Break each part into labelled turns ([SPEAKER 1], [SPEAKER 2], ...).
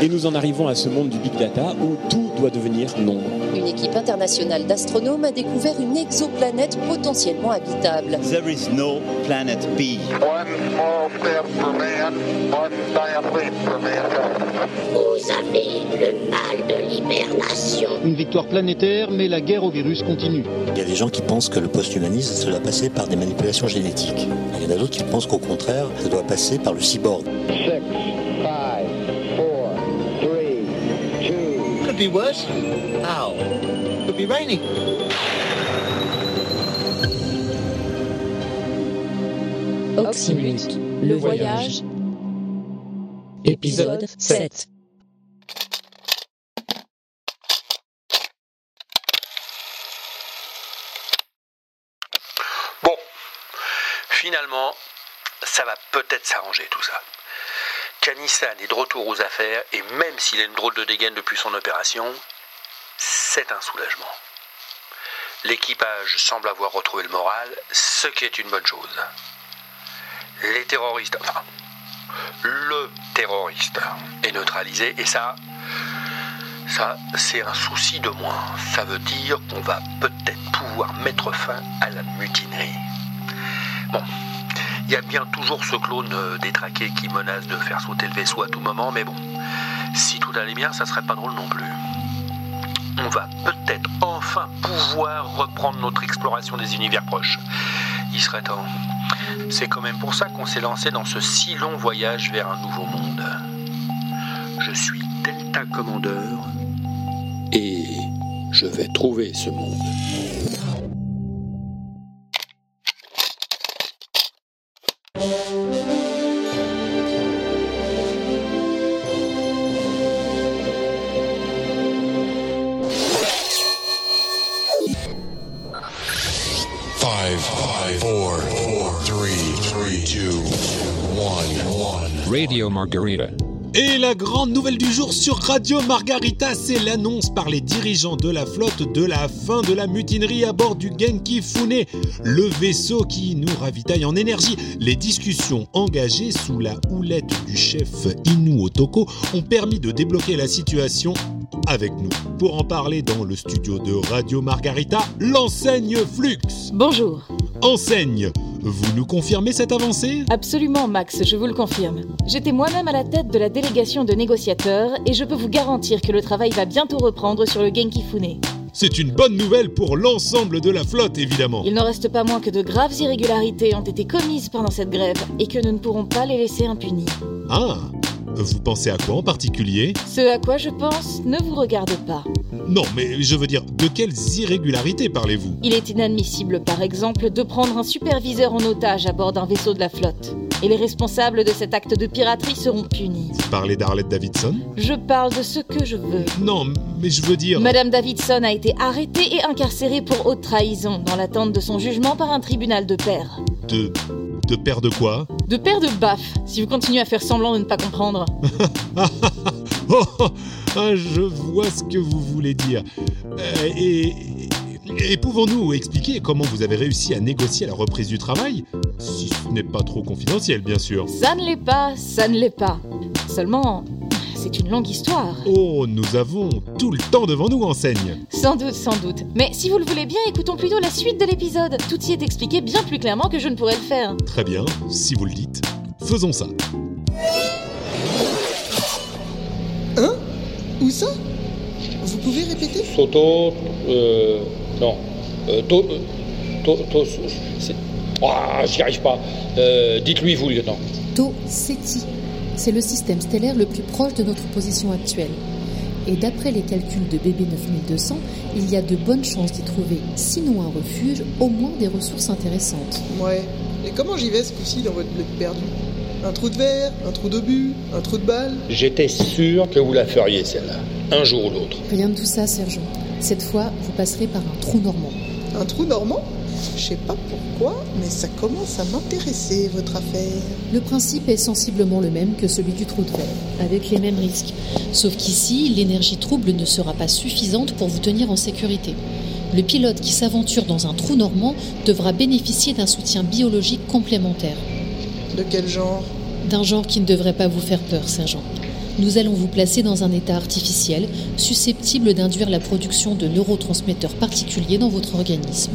[SPEAKER 1] Et nous en arrivons à ce monde du big data où tout doit devenir nombre.
[SPEAKER 2] Une équipe internationale d'astronomes a découvert une exoplanète potentiellement habitable.
[SPEAKER 3] There is no planet B.
[SPEAKER 4] One small step for man, one giant leap for mankind.
[SPEAKER 5] Vous avez le mal de l'hibernation.
[SPEAKER 6] Une victoire planétaire, mais la guerre au virus continue.
[SPEAKER 7] Il y a des gens qui pensent que le post-humanisme, ça doit passer par des manipulations génétiques. Il y en a d'autres qui pensent qu'au contraire, ça doit passer par le cyborg.
[SPEAKER 4] Six, five, four, three, two.
[SPEAKER 8] Could be worse. How? Could be raining.
[SPEAKER 9] Oxymute, le voyage, épisode 7.
[SPEAKER 10] Bon, finalement, ça va peut-être s'arranger tout ça. Kanistan est de retour aux affaires et même s'il a une drôle de dégaine depuis son opération, c'est un soulagement. L'équipage semble avoir retrouvé le moral, ce qui est une bonne chose. Les terroristes, enfin, le terroriste est neutralisé et ça, ça c'est un souci de moins. Ça veut dire qu'on va peut-être pouvoir mettre fin à la mutinerie. Bon, il y a bien toujours ce clone euh, détraqué qui menace de faire sauter le vaisseau à tout moment, mais bon, si tout allait bien, ça serait pas drôle non plus. On va peut-être enfin pouvoir reprendre notre exploration des univers proches. Il serait temps. C'est quand même pour ça qu'on s'est lancé dans ce si long voyage vers un nouveau monde. Je suis Delta Commander et je vais trouver ce monde.
[SPEAKER 11] Five, five, four, four, three, three, two, one, one.
[SPEAKER 12] Radio Margarita.
[SPEAKER 13] Et la grande nouvelle du jour sur Radio Margarita, c'est l'annonce par les dirigeants de la flotte de la fin de la mutinerie à bord du Genki Fune, le vaisseau qui nous ravitaille en énergie. Les discussions engagées sous la houlette du chef Inu Otoko ont permis de débloquer la situation avec nous. Pour en parler dans le studio de Radio Margarita, l'enseigne Flux.
[SPEAKER 14] Bonjour.
[SPEAKER 13] Enseigne, vous nous confirmez cette avancée
[SPEAKER 14] Absolument, Max, je vous le confirme. J'étais moi-même à la tête de la délégation de négociateurs et je peux vous garantir que le travail va bientôt reprendre sur le Genki Fune.
[SPEAKER 13] C'est une bonne nouvelle pour l'ensemble de la flotte, évidemment.
[SPEAKER 14] Il n'en reste pas moins que de graves irrégularités ont été commises pendant cette grève et que nous ne pourrons pas les laisser impunies.
[SPEAKER 13] Ah Vous pensez à quoi en particulier
[SPEAKER 14] Ce à quoi je pense ne vous regarde pas.
[SPEAKER 13] Non, mais je veux dire, de quelles irrégularités parlez-vous
[SPEAKER 14] Il est inadmissible, par exemple, de prendre un superviseur en otage à bord d'un vaisseau de la flotte. Et les responsables de cet acte de piraterie seront punis.
[SPEAKER 13] Vous parlez d'Arlette Davidson
[SPEAKER 14] Je parle de ce que je veux.
[SPEAKER 13] Non, mais je veux dire...
[SPEAKER 14] Madame Davidson a été arrêtée et incarcérée pour haute trahison dans l'attente de son jugement par un tribunal de pair.
[SPEAKER 13] De... de paire de quoi
[SPEAKER 14] De pair de baffes, si vous continuez à faire semblant de ne pas comprendre.
[SPEAKER 13] Oh, oh, ah, je vois ce que vous voulez dire. Euh, et... et pouvons-nous expliquer comment vous avez réussi à négocier la reprise du travail Si ce n'est pas trop confidentiel, bien sûr.
[SPEAKER 14] Ça ne l'est pas, ça ne l'est pas. Seulement, c'est une longue histoire.
[SPEAKER 13] Oh, nous avons tout le temps devant nous, enseigne.
[SPEAKER 14] Sans doute, sans doute. Mais si vous le voulez bien, écoutons plutôt la suite de l'épisode. Tout y est expliqué bien plus clairement que je ne pourrais le faire.
[SPEAKER 13] Très bien, si vous le dites, faisons ça.
[SPEAKER 15] Hein Où ça Vous pouvez répéter
[SPEAKER 16] Soto, euh, non, euh, to, to, to- c'est- ah, j'y arrive pas. Euh, dites-lui vous, lieutenant.
[SPEAKER 17] Tau Ceti. C'est le système stellaire le plus proche de notre position actuelle. Et d'après les calculs de BB 9200, il y a de bonnes chances d'y trouver, sinon un refuge, au moins des ressources intéressantes.
[SPEAKER 15] Ouais. Et comment j'y vais ce coup-ci dans votre bled perdu Un trou de verre, un trou d'obus, un trou de balle
[SPEAKER 16] J'étais sûr que vous la feriez celle-là, un jour ou l'autre.
[SPEAKER 17] Rien de tout ça, sergent. Cette fois, vous passerez par un trou normand.
[SPEAKER 15] Un trou normand Je sais pas pourquoi, mais ça commence à m'intéresser, votre affaire.
[SPEAKER 17] Le principe est sensiblement le même que celui du trou de verre, avec les mêmes risques. Sauf qu'ici, l'énergie trouble ne sera pas suffisante pour vous tenir en sécurité. Le pilote qui s'aventure dans un trou normand devra bénéficier d'un soutien biologique complémentaire.
[SPEAKER 18] De quel genre
[SPEAKER 17] D'un genre qui ne devrait pas vous faire peur, sergent. Nous allons vous placer dans un état artificiel susceptible d'induire la production de neurotransmetteurs particuliers dans votre organisme.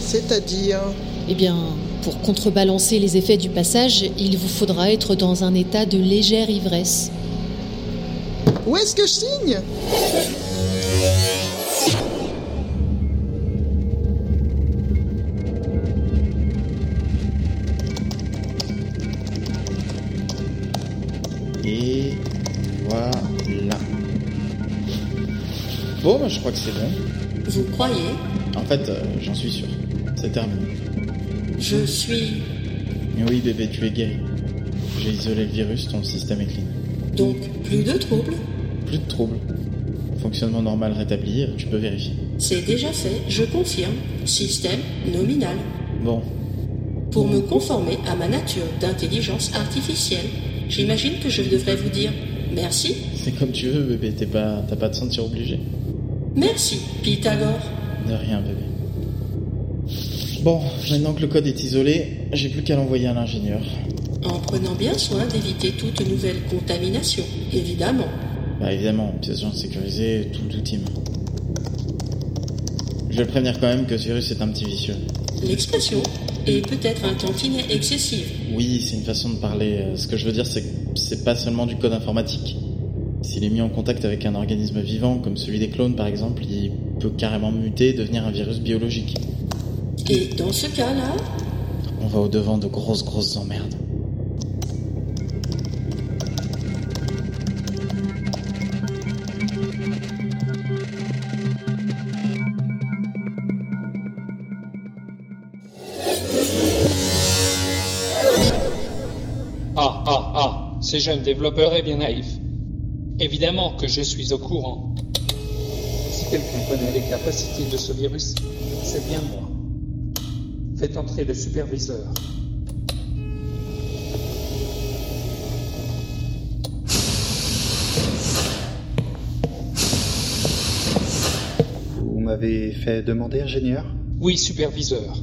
[SPEAKER 18] C'est-à-dire
[SPEAKER 17] Eh bien, pour contrebalancer les effets du passage, il vous faudra être dans un état de légère ivresse.
[SPEAKER 18] Où est-ce que je signe
[SPEAKER 8] Et voilà. Bon, bah, je crois que c'est bon.
[SPEAKER 19] Vous croyez
[SPEAKER 8] En fait, euh, j'en suis sûr. C'est terminé.
[SPEAKER 19] Je suis
[SPEAKER 8] Oui, bébé, tu es guéri. J'ai isolé le virus, ton système est clean.
[SPEAKER 19] donc plus de troubles.
[SPEAKER 8] Plus de troubles. Fonctionnement normal rétabli, euh, tu peux vérifier.
[SPEAKER 19] C'est déjà fait, je confirme. Système nominal.
[SPEAKER 8] Bon,
[SPEAKER 19] Pour me conformer à ma nature d'intelligence artificielle, j'imagine que je devrais vous dire merci,
[SPEAKER 8] c'est comme tu veux, bébé, t'es pas... t'as pas de sentir obligé.
[SPEAKER 19] merci, Pythagore.
[SPEAKER 8] De rien, bébé. Bon, maintenant que le code est isolé, j'ai plus qu'à l'envoyer à l'ingénieur.
[SPEAKER 19] En prenant bien soin d'éviter toute nouvelle contamination, évidemment.
[SPEAKER 8] Bah évidemment, pièce jointe sécurisée, tout, tout team. Je vais le prévenir quand même que ce virus est un petit vicieux.
[SPEAKER 19] L'expression est peut-être un tantinet excessive.
[SPEAKER 8] Oui, c'est une façon de parler. Euh, Ce que je veux dire, c'est que c'est pas seulement du code informatique. S'il est mis en contact avec un organisme vivant, comme celui des clones par exemple, il peut carrément muter et devenir un virus biologique.
[SPEAKER 19] Et dans ce cas-là,
[SPEAKER 8] On va au-devant de grosses, grosses emmerdes.
[SPEAKER 10] Ah, ah, ah, ce jeune développeur est eh bien naïf. Évidemment que je suis au courant. Si quelqu'un connaît les capacités de ce virus, c'est bien moi. Faites entrer le superviseur.
[SPEAKER 12] Vous m'avez fait demander, ingénieur
[SPEAKER 10] Oui, superviseur.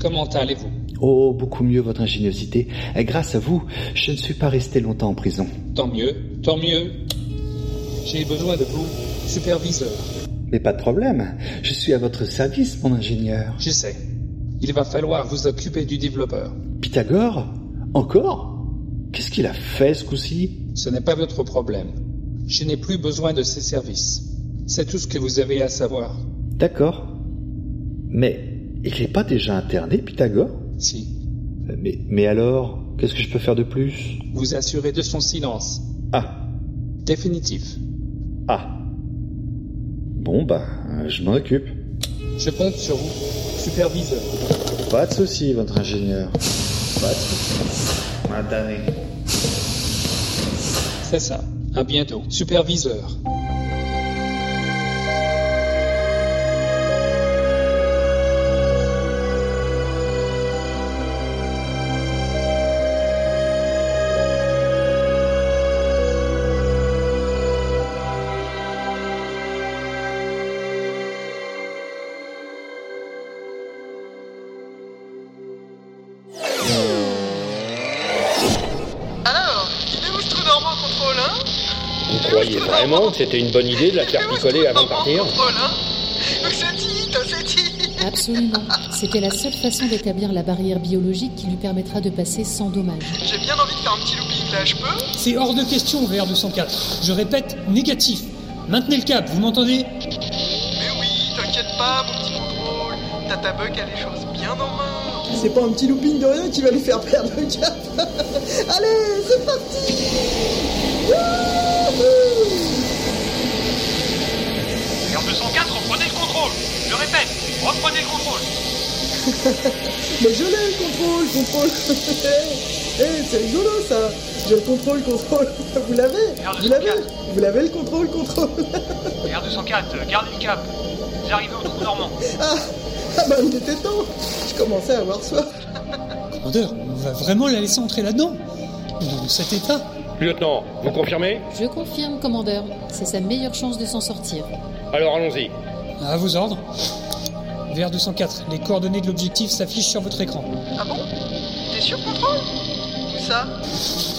[SPEAKER 10] Comment allez-vous
[SPEAKER 12] Oh, beaucoup mieux votre ingéniosité. Et Grâce à vous, je ne suis pas resté longtemps en prison.
[SPEAKER 10] Tant mieux, tant mieux. J'ai besoin de vous, superviseur.
[SPEAKER 12] Mais pas de problème, je suis à votre service, mon ingénieur.
[SPEAKER 10] Je sais. Il va falloir vous occuper du développeur.
[SPEAKER 12] Pythagore Encore Qu'est-ce qu'il a fait ce coup-ci
[SPEAKER 10] Ce n'est pas votre problème. Je n'ai plus besoin de ses services. C'est tout ce que vous avez à savoir.
[SPEAKER 12] D'accord. Mais il n'est pas déjà interné, Pythagore Euh,
[SPEAKER 10] Si.
[SPEAKER 12] Mais, mais alors, qu'est-ce que je peux faire de plus
[SPEAKER 10] Vous assurez de son silence.
[SPEAKER 12] Ah.
[SPEAKER 10] Définitif.
[SPEAKER 12] Ah. Bon, bah, je m'en occupe.
[SPEAKER 10] Je compte sur vous, superviseur.
[SPEAKER 12] Pas de souci, votre ingénieur. Pas de souci.
[SPEAKER 10] C'est ça. À bientôt, superviseur.
[SPEAKER 20] Alors, il est Ah, où ce trou normand en contrôle, hein
[SPEAKER 10] Vous croyez vraiment que c'était une bonne idée de la faire picoler avant de partir
[SPEAKER 20] Contrôle, hein Où c'est dit, où c'est dit
[SPEAKER 17] Absolument. C'était la seule façon d'établir la barrière biologique qui lui permettra de passer sans dommage.
[SPEAKER 20] J'ai bien envie de faire un petit looping, là, je peux
[SPEAKER 13] C'est hors de question, VR204. Je répète, négatif. Maintenez le cap, vous m'entendez
[SPEAKER 20] Mais oui, t'inquiète pas, mon petit contrôle. Tata Buck a les choses bien en main.
[SPEAKER 18] C'est pas un petit looping de rien qui va lui faire perdre le cap Allez, c'est parti
[SPEAKER 21] R204, reprenez le contrôle Je répète, reprenez le contrôle
[SPEAKER 18] Mais je l'ai le contrôle, contrôle Eh, c'est rigolo ça J'ai le contrôle, contrôle Vous l'avez Vous l'avez Vous l'avez le contrôle, contrôle
[SPEAKER 21] R204, gardez le cap Vous arrivez au trou normand.
[SPEAKER 18] Ah, ah bah il était temps Je commençais à avoir soif
[SPEAKER 13] Commandeur, on va vraiment la laisser entrer là-dedans Dans cet état
[SPEAKER 21] Lieutenant, vous confirmez
[SPEAKER 17] Je confirme, commandeur. C'est sa meilleure chance de s'en sortir.
[SPEAKER 21] Alors allons-y.
[SPEAKER 13] À vos ordres.
[SPEAKER 21] VR204, les coordonnées de l'objectif s'affichent sur votre écran.
[SPEAKER 18] Ah bon T'es sûr, contrôle Où ça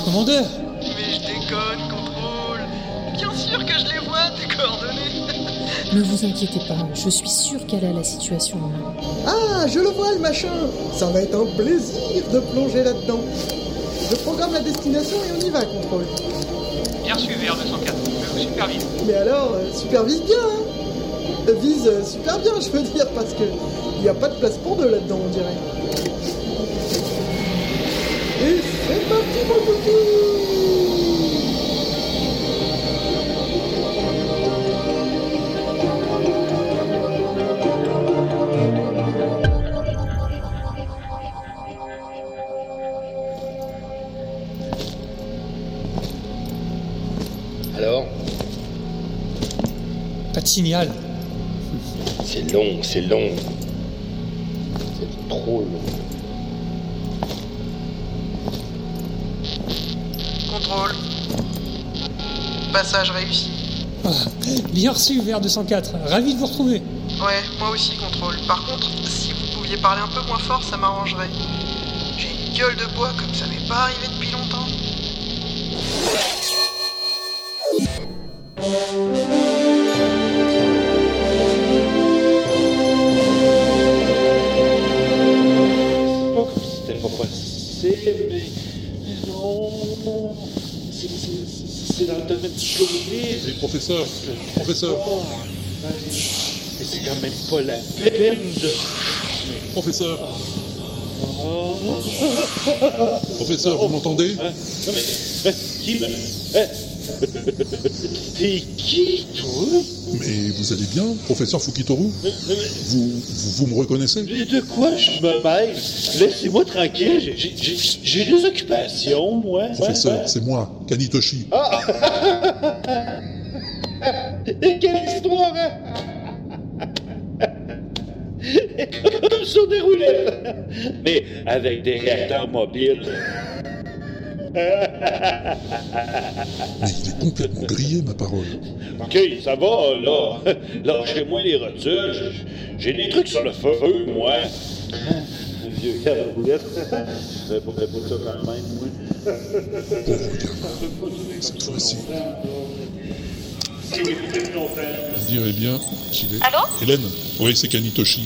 [SPEAKER 21] Commandeur
[SPEAKER 18] Mais je déconne, contrôle. Bien sûr que je les vois, tes coordonnées.
[SPEAKER 17] Ne vous inquiétez pas, je suis sûr qu'elle a la situation en main.
[SPEAKER 22] Ah, je le vois le machin Ça va être un plaisir de plonger là-dedans. Je programme la destination et on y va, contrôle.
[SPEAKER 23] Bien sûr, VR204, je vous supervise.
[SPEAKER 22] Mais alors, euh, supervise bien, hein Euh, Vise euh, super bien, je veux dire, parce que il n'y a pas de place pour deux là-dedans, on dirait. Et c'est parti, mon coucou
[SPEAKER 13] Alors
[SPEAKER 21] Pas de signal.
[SPEAKER 13] C'est long, c'est long. C'est trop long.
[SPEAKER 18] Contrôle. Passage réussi.
[SPEAKER 21] Ah, bien reçu, VR204. Ravi de vous retrouver.
[SPEAKER 18] Ouais, moi aussi, contrôle. Par contre, si vous pouviez parler un peu moins fort, ça m'arrangerait. J'ai une gueule de bois comme ça m'est pas arrivé depuis longtemps.
[SPEAKER 13] C'était pas passé, mais. mais Non C'est- c'est- C'est c'est dans le domaine du
[SPEAKER 1] Et professeur, professeur,
[SPEAKER 13] Mais c'est quand même pas la peine de.
[SPEAKER 1] professeur,
[SPEAKER 13] Oh.
[SPEAKER 1] professeur, vous m'entendez
[SPEAKER 13] Non, mais, mais, qui me- eh, T'es qui, toi
[SPEAKER 1] Mais vous allez bien, professeur Fukitoru
[SPEAKER 13] Mais- mais-
[SPEAKER 1] vous, vous, vous me reconnaissez
[SPEAKER 13] mais de quoi je me mêle Laissez-moi tranquille, j'ai- j'ai- j'ai j'ai des occupations, moi.
[SPEAKER 1] Professeur,
[SPEAKER 13] Hein,
[SPEAKER 1] c'est moi, Kanitoshi.
[SPEAKER 13] Ah. hein? Et quelle histoire, hein? Comme sur des roulettes, mais avec des réacteurs mobiles.
[SPEAKER 1] Mais il est complètement grillé, ma parole.
[SPEAKER 13] Ok, ça va, là. Lâchez-moi les rotules. J'ai des trucs sur le feu, moi. Un vieux caroulette. Je pourrais pas ça quand même, moi.
[SPEAKER 1] Cette fois-ci. Vous direz bien qu'il est.
[SPEAKER 24] Allô
[SPEAKER 1] Hélène Oui, c'est Kanitoshi.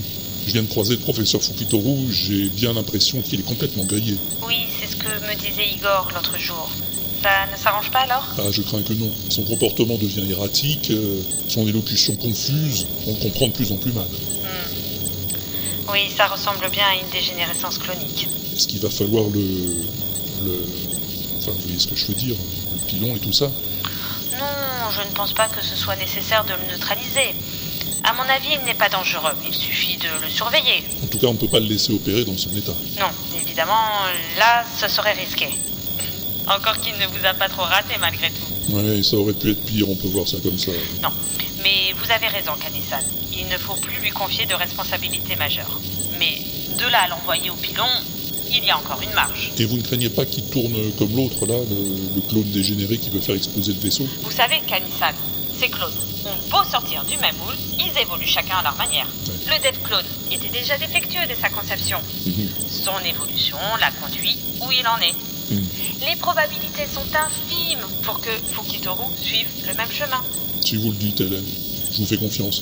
[SPEAKER 1] Je viens de croiser le professeur Fukitoru, j'ai bien l'impression qu'il est complètement grillé.
[SPEAKER 24] Oui, c'est ce que me disait Igor l'autre jour. Ça ne s'arrange pas alors
[SPEAKER 1] Ah, je crains que non. Son comportement devient erratique, euh, son élocution confuse, on le comprend de plus en plus mal.
[SPEAKER 24] Hmm. Oui, ça ressemble bien à une dégénérescence clonique.
[SPEAKER 1] Est-ce qu'il va falloir le... le... Enfin, vous voyez ce que je veux dire, le pilon et tout ça
[SPEAKER 24] Non, je ne pense pas que ce soit nécessaire de le neutraliser. À mon avis, il n'est pas dangereux. Il suffit de le surveiller.
[SPEAKER 1] En tout cas, on ne peut pas le laisser opérer dans son état.
[SPEAKER 24] Non, évidemment, là, ce serait risqué. Encore qu'il ne vous a pas trop raté malgré tout.
[SPEAKER 1] Ouais, ça aurait pu être pire, on peut voir ça comme ça.
[SPEAKER 24] Non, mais vous avez raison, Kanisan. Il ne faut plus lui confier de responsabilités majeures. Mais de là à l'envoyer au pilon, il y a encore une marge.
[SPEAKER 1] Et vous ne craignez pas qu'il tourne comme l'autre, là, le, le clone dégénéré qui veut faire exploser le vaisseau
[SPEAKER 24] Vous savez, Kanisan, ces clones ont beau sortir du même moule, ils évoluent chacun à leur manière. Le Dev Clone était déjà défectueux dès sa conception. Son évolution l'a conduit où il en est.
[SPEAKER 1] Mm.
[SPEAKER 24] Les probabilités sont infimes pour que Fukitoru suive le même chemin.
[SPEAKER 1] Si vous le dites, Hélène, je vous fais confiance.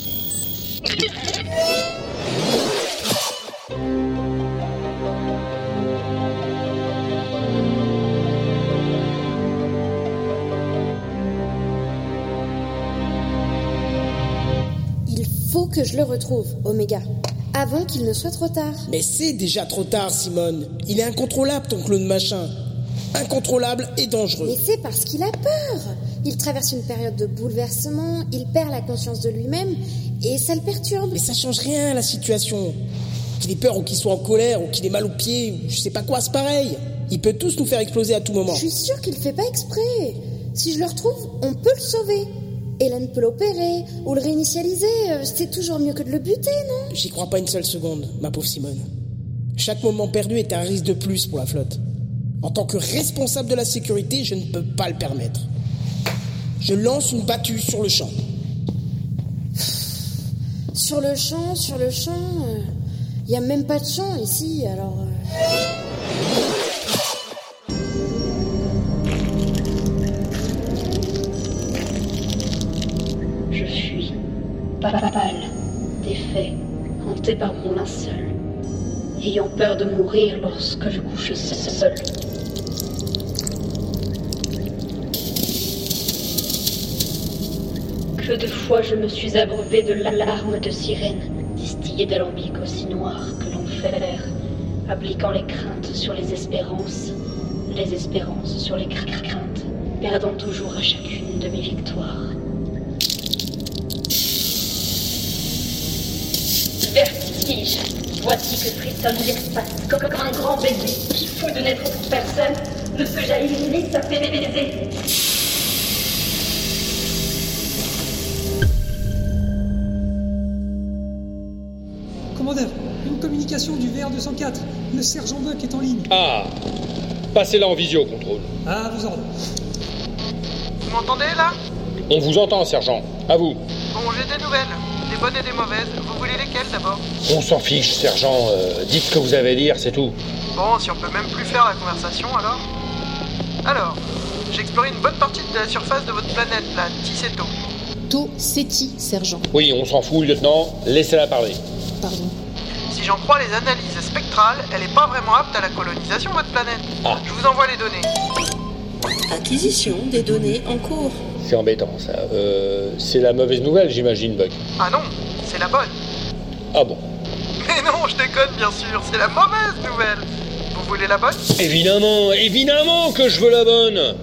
[SPEAKER 25] Il faut que je le retrouve, Oméga, avant qu'il ne soit trop tard.
[SPEAKER 26] Mais c'est déjà trop tard, Simone. Il est incontrôlable, ton clone machin. Incontrôlable et dangereux.
[SPEAKER 25] Mais c'est parce qu'il a peur. Il traverse une période de bouleversement, il perd la conscience de lui-même et ça le perturbe.
[SPEAKER 26] Mais ça change rien à la situation. Qu'il ait peur ou qu'il soit en colère ou qu'il ait mal aux pieds ou je sais pas quoi, c'est pareil. Il peut tous nous faire exploser à tout moment.
[SPEAKER 25] Je suis sûre qu'il ne fait pas exprès. Si je le retrouve, on peut le sauver. Hélène peut l'opérer ou le réinitialiser. euh, C'est toujours mieux que de le buter, non
[SPEAKER 26] J'y crois pas une seule seconde, ma pauvre Simone. Chaque moment perdu est un risque de plus pour la flotte. En tant que responsable de la sécurité, je ne peux pas le permettre. Je lance une battue sur le champ.
[SPEAKER 27] Sur le champ, sur le champ.
[SPEAKER 25] euh,
[SPEAKER 27] Il n'y a même pas de champ ici, alors.
[SPEAKER 24] Je suis pâle, défait, hanté par mon linceul, ayant peur de mourir lorsque je couche seul. Que de fois je me suis abreuvé de l'alarme de sirène, distillée d'alambic aussi noir que l'enfer, appliquant les craintes sur les espérances, les espérances sur les cra- cra- craintes, perdant toujours à chacune de mes victoires. Vertige, voici que frissonne l'espace comme un grand baiser qui, fou de n'être pour personne, ne peut jaillir ni sa baiser.
[SPEAKER 21] Commandeur, une communication du VR204. Le sergent Buck est en ligne.
[SPEAKER 10] Ah Passez-la en visio, contrôle.
[SPEAKER 21] À vos ordres.
[SPEAKER 18] Vous m'entendez là
[SPEAKER 10] On vous entend, sergent. À vous.
[SPEAKER 18] Bon, j'ai des nouvelles, des bonnes et des mauvaises. Vous voulez lesquelles d'abord
[SPEAKER 10] On s'en fiche, sergent. Euh, dites ce que vous avez à dire, c'est tout.
[SPEAKER 18] Bon, si on peut même plus faire la conversation alors. Alors, j'ai exploré une bonne partie de la surface de votre planète, la Tisseto.
[SPEAKER 17] To Seti, sergent.
[SPEAKER 10] Oui, on s'en fout, lieutenant. Laissez-la parler.
[SPEAKER 17] Pardon.
[SPEAKER 18] Si j'en crois les analyses spectrales, elle n'est pas vraiment apte à la colonisation, votre planète.
[SPEAKER 10] Ah.
[SPEAKER 18] Je vous envoie les données.
[SPEAKER 19] Acquisition des données en cours.
[SPEAKER 10] C'est embêtant, ça. Euh, c'est la mauvaise nouvelle, j'imagine, Buck.
[SPEAKER 18] Ah non, c'est la bonne.
[SPEAKER 10] Ah bon
[SPEAKER 18] Mais non, je déconne bien sûr, c'est la mauvaise nouvelle. Vous voulez la bonne
[SPEAKER 10] Évidemment, évidemment que je veux la bonne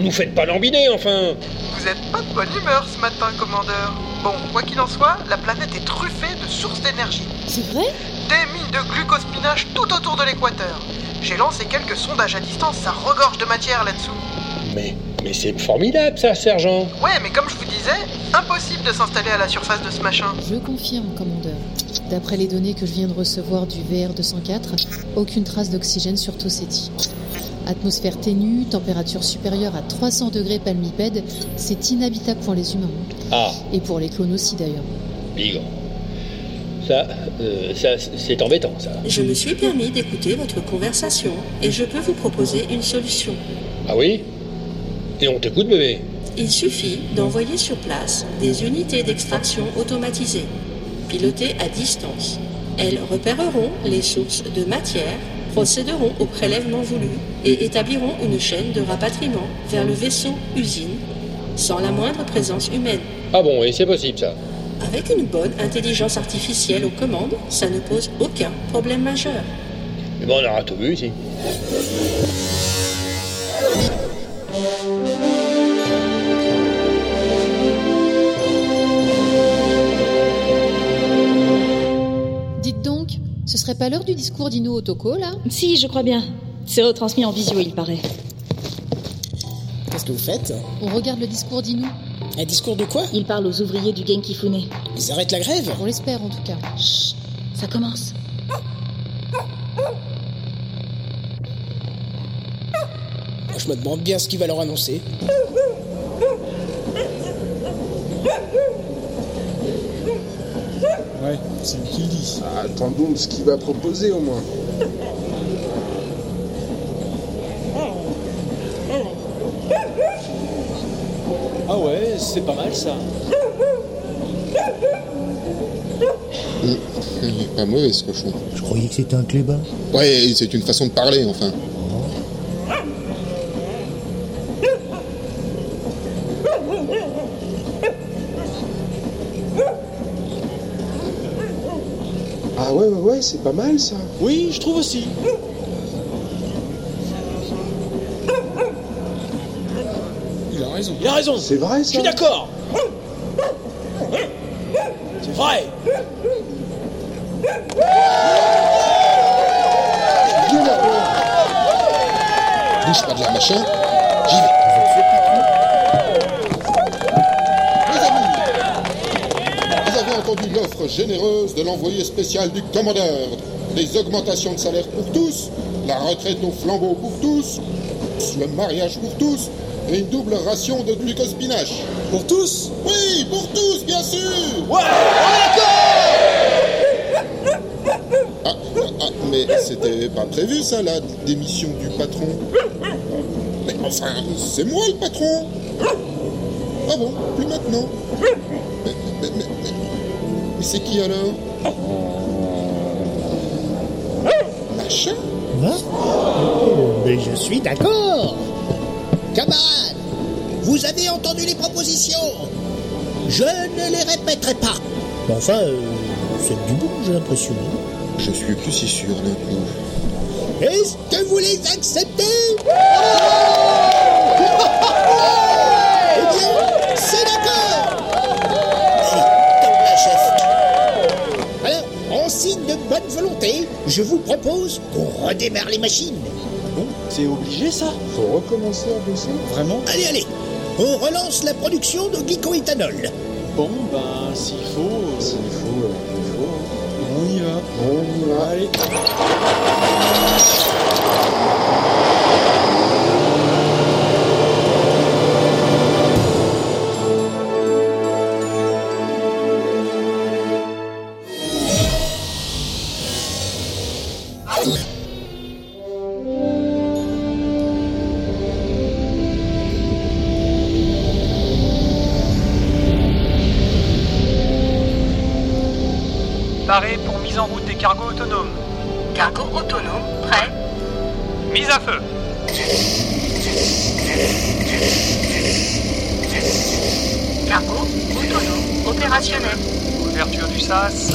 [SPEAKER 10] Nous faites pas l'embiner, enfin
[SPEAKER 18] Vous êtes pas de bonne humeur ce matin, commandeur. Bon, quoi qu'il en soit, la planète est truffée de sources d'énergie.
[SPEAKER 17] C'est vrai
[SPEAKER 18] Des mines de glucospinage tout autour de l'équateur. J'ai lancé quelques sondages à distance, ça regorge de matière là-dessous.
[SPEAKER 10] Mais, mais c'est formidable, ça, sergent
[SPEAKER 18] Ouais, mais comme je vous disais, impossible de s'installer à la surface de ce machin.
[SPEAKER 17] Je confirme, commandeur. D'après les données que je viens de recevoir du VR204, aucune trace d'oxygène sur Tosetti. Atmosphère ténue, température supérieure à 300 degrés palmipèdes, c'est inhabitable pour les humains.
[SPEAKER 10] Ah,
[SPEAKER 17] Et pour les clones aussi d'ailleurs.
[SPEAKER 10] bigre. Ça, euh, ça c'est embêtant, ça.
[SPEAKER 19] Je me suis permis d'écouter votre conversation et je peux vous proposer une solution.
[SPEAKER 10] Ah oui Et on t'écoute, bébé
[SPEAKER 19] Il suffit d'envoyer sur place des unités d'extraction automatisées, pilotées à distance. Elles repéreront les sources de matière, procéderont au prélèvement voulu et établiront une chaîne de rapatriement vers le vaisseau usine sans la moindre présence humaine.
[SPEAKER 10] Ah bon, et c'est possible, ça
[SPEAKER 19] Avec une bonne intelligence artificielle aux commandes, ça ne pose aucun problème majeur.
[SPEAKER 10] Mais bon, on aura tout vu, ici.
[SPEAKER 17] Dites donc, ce serait pas l'heure du discours d'Ino Otoko, là
[SPEAKER 14] Si, je crois bien. C'est retransmis en visio, il paraît.
[SPEAKER 26] Qu'est-ce que vous faites
[SPEAKER 17] On regarde le discours d'Ino.
[SPEAKER 26] Un discours de quoi
[SPEAKER 14] Il parle aux ouvriers du Genkifune.
[SPEAKER 26] Ils arrêtent la grève
[SPEAKER 17] On l'espère en tout cas.
[SPEAKER 14] Ça commence.
[SPEAKER 26] Moi, Ah, Je me demande bien ce qu'il va leur annoncer.
[SPEAKER 13] Ouais, c'est qui dit. attendons ce qu'il va proposer au moins.
[SPEAKER 8] Ah ouais, c'est pas mal ça.
[SPEAKER 7] Il est pas mauvais ce cochon.
[SPEAKER 28] Je croyais que c'était un clébard.
[SPEAKER 7] Ouais, c'est une façon de parler enfin.
[SPEAKER 13] Ah ouais, ouais, ouais, c'est pas mal ça.
[SPEAKER 8] Oui, je trouve aussi.
[SPEAKER 13] Il a raison.
[SPEAKER 8] Il a raison.
[SPEAKER 13] C'est vrai
[SPEAKER 8] Je
[SPEAKER 13] ça.
[SPEAKER 8] suis d'accord. C'est vrai.
[SPEAKER 7] Bouge pas de la machin. Vous avez entendu l'offre généreuse de l'envoyé spécial du commandeur. Des augmentations de salaire pour tous, la retraite au flambeau pour tous, le mariage pour tous et une double ration de glucospinache.
[SPEAKER 8] Pour tous
[SPEAKER 7] Oui, pour tous, bien sûr Ouais, d'accord Ah, ah, ah, mais c'était pas prévu ça, la démission du patron. Mais enfin, c'est moi le patron. Ah bon, plus maintenant. Mais, mais- mais- mais- mais c'est qui alors Machin
[SPEAKER 5] Hein Mais je suis d'accord Camarades, vous avez entendu les propositions Je ne les répéterai pas Mais Enfin, euh, c'est du bon, j'ai l'impression.
[SPEAKER 7] Je suis plus si sûr d'un coup.
[SPEAKER 5] Est-ce que vous les acceptez Eh bien, c'est d'accord Allez, comme la chef Alors, en signe de bonne volonté, je vous propose qu'on redémarre les machines.
[SPEAKER 29] C'est obligé ça Faut recommencer à bosser Vraiment
[SPEAKER 5] Allez, allez On relance la production de glycoéthanol.
[SPEAKER 29] Bon ben s'il faut. S'il faut, euh, il faut. hein. On y va. On y va. Allez.
[SPEAKER 21] Paré pour mise en route des cargos autonomes.
[SPEAKER 30] Cargo autonome, prêt
[SPEAKER 21] Mise à feu.
[SPEAKER 30] Cargo autonome, opérationnel.
[SPEAKER 21] Ouverture du SAS.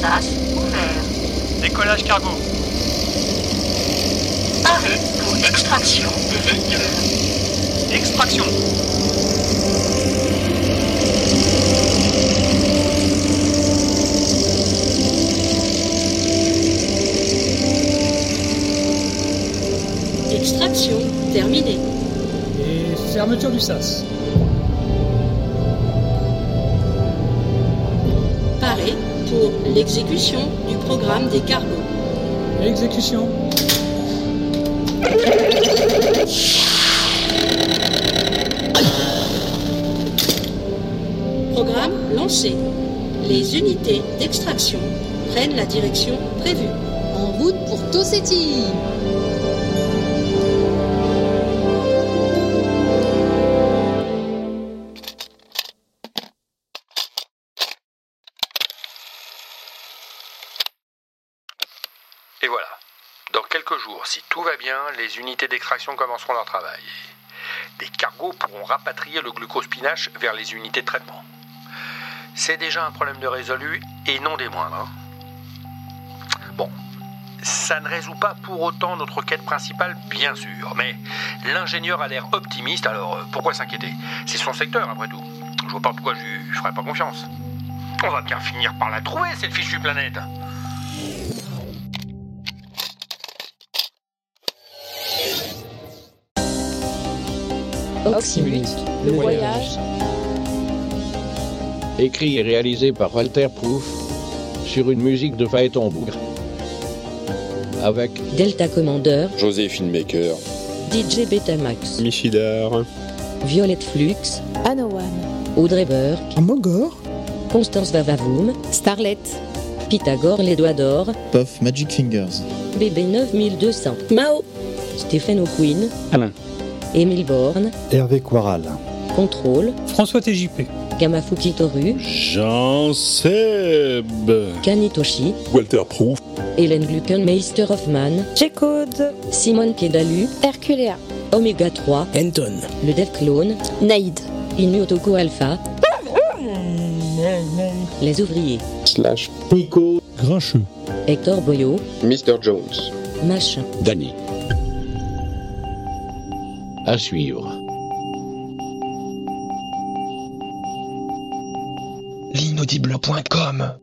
[SPEAKER 30] SAS ouvert.
[SPEAKER 21] Décollage cargo.
[SPEAKER 30] Paré pour extraction de véhicules.
[SPEAKER 21] Extraction.
[SPEAKER 19] Extraction terminée.
[SPEAKER 31] Et fermeture du sas.
[SPEAKER 19] Paré pour l'exécution du programme des cargos.
[SPEAKER 31] Exécution.
[SPEAKER 19] Programme lancé. Les unités d'extraction prennent la direction prévue.
[SPEAKER 32] En route pour Tosetti
[SPEAKER 10] Et voilà. Dans quelques jours, si tout va bien, les unités d'extraction commenceront leur travail. Des cargos pourront rapatrier le glucospinache vers les unités de traitement. C'est déjà un problème de résolu et non des moindres. hein. Bon, ça ne résout pas pour autant notre quête principale, bien sûr, mais l'ingénieur a l'air optimiste, alors euh, pourquoi s'inquiéter C'est son secteur, après tout. Je vois pas pourquoi je lui ferais pas confiance. On va bien finir par la trouver, cette fichue planète
[SPEAKER 17] Oxymute, le voyage.
[SPEAKER 33] écrit et réalisé par Walter Proof sur une musique de Phaéton Bougre. Avec
[SPEAKER 24] Delta Commander,
[SPEAKER 33] José Filmmaker,
[SPEAKER 24] DJ Betamax,
[SPEAKER 33] Michidar,
[SPEAKER 24] Violette Flux,
[SPEAKER 32] Anowan.
[SPEAKER 24] Audrey Burke, Mogor, Constance Vavavoum, Starlet, Pythagore Les Doigts d'Or,
[SPEAKER 34] Puff Magic Fingers.
[SPEAKER 24] BB 9200, Mao, Stephen O'Quinn,
[SPEAKER 13] Alain.
[SPEAKER 24] Émile Borne,
[SPEAKER 13] Hervé Quaral.
[SPEAKER 24] Contrôle,
[SPEAKER 13] François TJP.
[SPEAKER 24] Gamafuki Toru,
[SPEAKER 13] Jean Seb.
[SPEAKER 24] Kanitoshi,
[SPEAKER 13] Walter Proof.
[SPEAKER 24] Hélène Gluckenmeister Hoffman, J-Code, Simone Kedalu, Herculea, Omega 3, Anton, le Dev Clone, Naïd, Inuotoko Alpha, les ouvriers,
[SPEAKER 33] slash Nico,
[SPEAKER 13] Grincheux.
[SPEAKER 24] Hector Boyo,
[SPEAKER 33] Mr. Jones,
[SPEAKER 24] Machin.
[SPEAKER 33] Danny. À suivre.
[SPEAKER 10] L'inaudible.com